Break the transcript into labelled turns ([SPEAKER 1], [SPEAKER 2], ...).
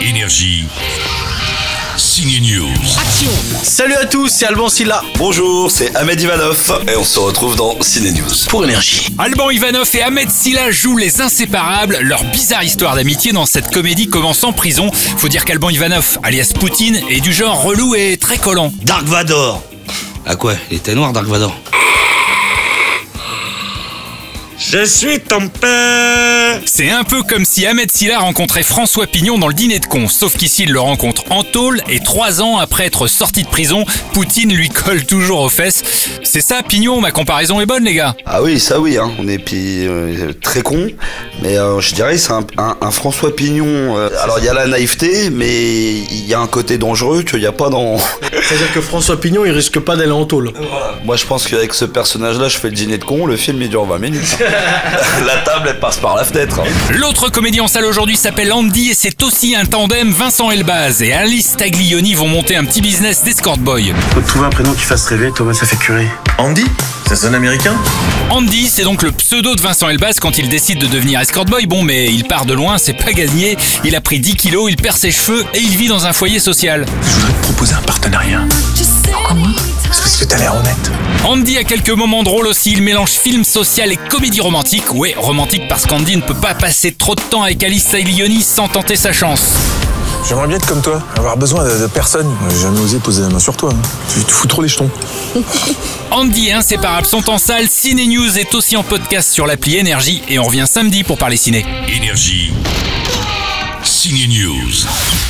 [SPEAKER 1] Énergie. Signe News.
[SPEAKER 2] Salut à tous, c'est Alban Silla.
[SPEAKER 3] Bonjour, c'est Ahmed Ivanov et on se retrouve dans Ciné News.
[SPEAKER 2] Pour Énergie.
[SPEAKER 1] Alban Ivanov et Ahmed Silla jouent les inséparables, leur bizarre histoire d'amitié dans cette comédie commence en prison. Faut dire qu'Alban Ivanov, alias Poutine, est du genre relou et très collant.
[SPEAKER 4] Dark Vador À quoi Il était noir, Dark Vador Je suis ton père
[SPEAKER 1] C'est un peu comme si Ahmed Silla rencontrait François Pignon dans le dîner de cons, sauf qu'ici il le rencontre en tôle et trois ans après être sorti de prison, Poutine lui colle toujours aux fesses. C'est ça, Pignon, ma comparaison est bonne, les gars.
[SPEAKER 3] Ah oui, ça oui, hein. on est puis, euh, très con, mais euh, je dirais c'est un, un- un François Pignon. euh, alors il y a la naïveté, mais il y a un côté dangereux qu'il n'y a pas dans...
[SPEAKER 2] C'est-à-dire que François Pignon, il risque pas d'aller en tôle.
[SPEAKER 3] Moi je pense qu'avec ce personnage-là, je fais le dîner de con, le film il dure 20 minutes. la table elle passe par la fenêtre.
[SPEAKER 1] L'autre comédie en salle aujourd'hui s'appelle Andy et c'est aussi un tandem. Vincent Elbaz et Alice Taglioni vont monter un petit business d'escort boy.
[SPEAKER 5] Faut te trouver un prénom qui fasse rêver, Thomas, ça fait curé.
[SPEAKER 6] Andy Ça sonne américain
[SPEAKER 1] Andy, c'est donc le pseudo de Vincent Elbaz quand il décide de devenir escort boy. Bon, mais il part de loin, c'est pas gagné. Il a pris 10 kilos, il perd ses cheveux et il vit dans un foyer social.
[SPEAKER 6] Je voudrais te proposer un partenariat.
[SPEAKER 7] Pourquoi moi
[SPEAKER 6] Parce que t'as l'air honnête.
[SPEAKER 1] Andy a quelques moments drôles aussi. Il mélange film social et comédie romantique. Ouais, romantique parce qu'Andy ne peut pas passer trop de temps avec Alice Taglioni sans tenter sa chance.
[SPEAKER 6] J'aimerais bien être comme toi, avoir besoin de, de personne. J'ai jamais osé poser la main sur toi. hein. Tu te fous trop les jetons.
[SPEAKER 1] Andy et Inséparables sont en salle. Ciné News est aussi en podcast sur l'appli Énergie et on revient samedi pour parler ciné.
[SPEAKER 8] Énergie. Signe News.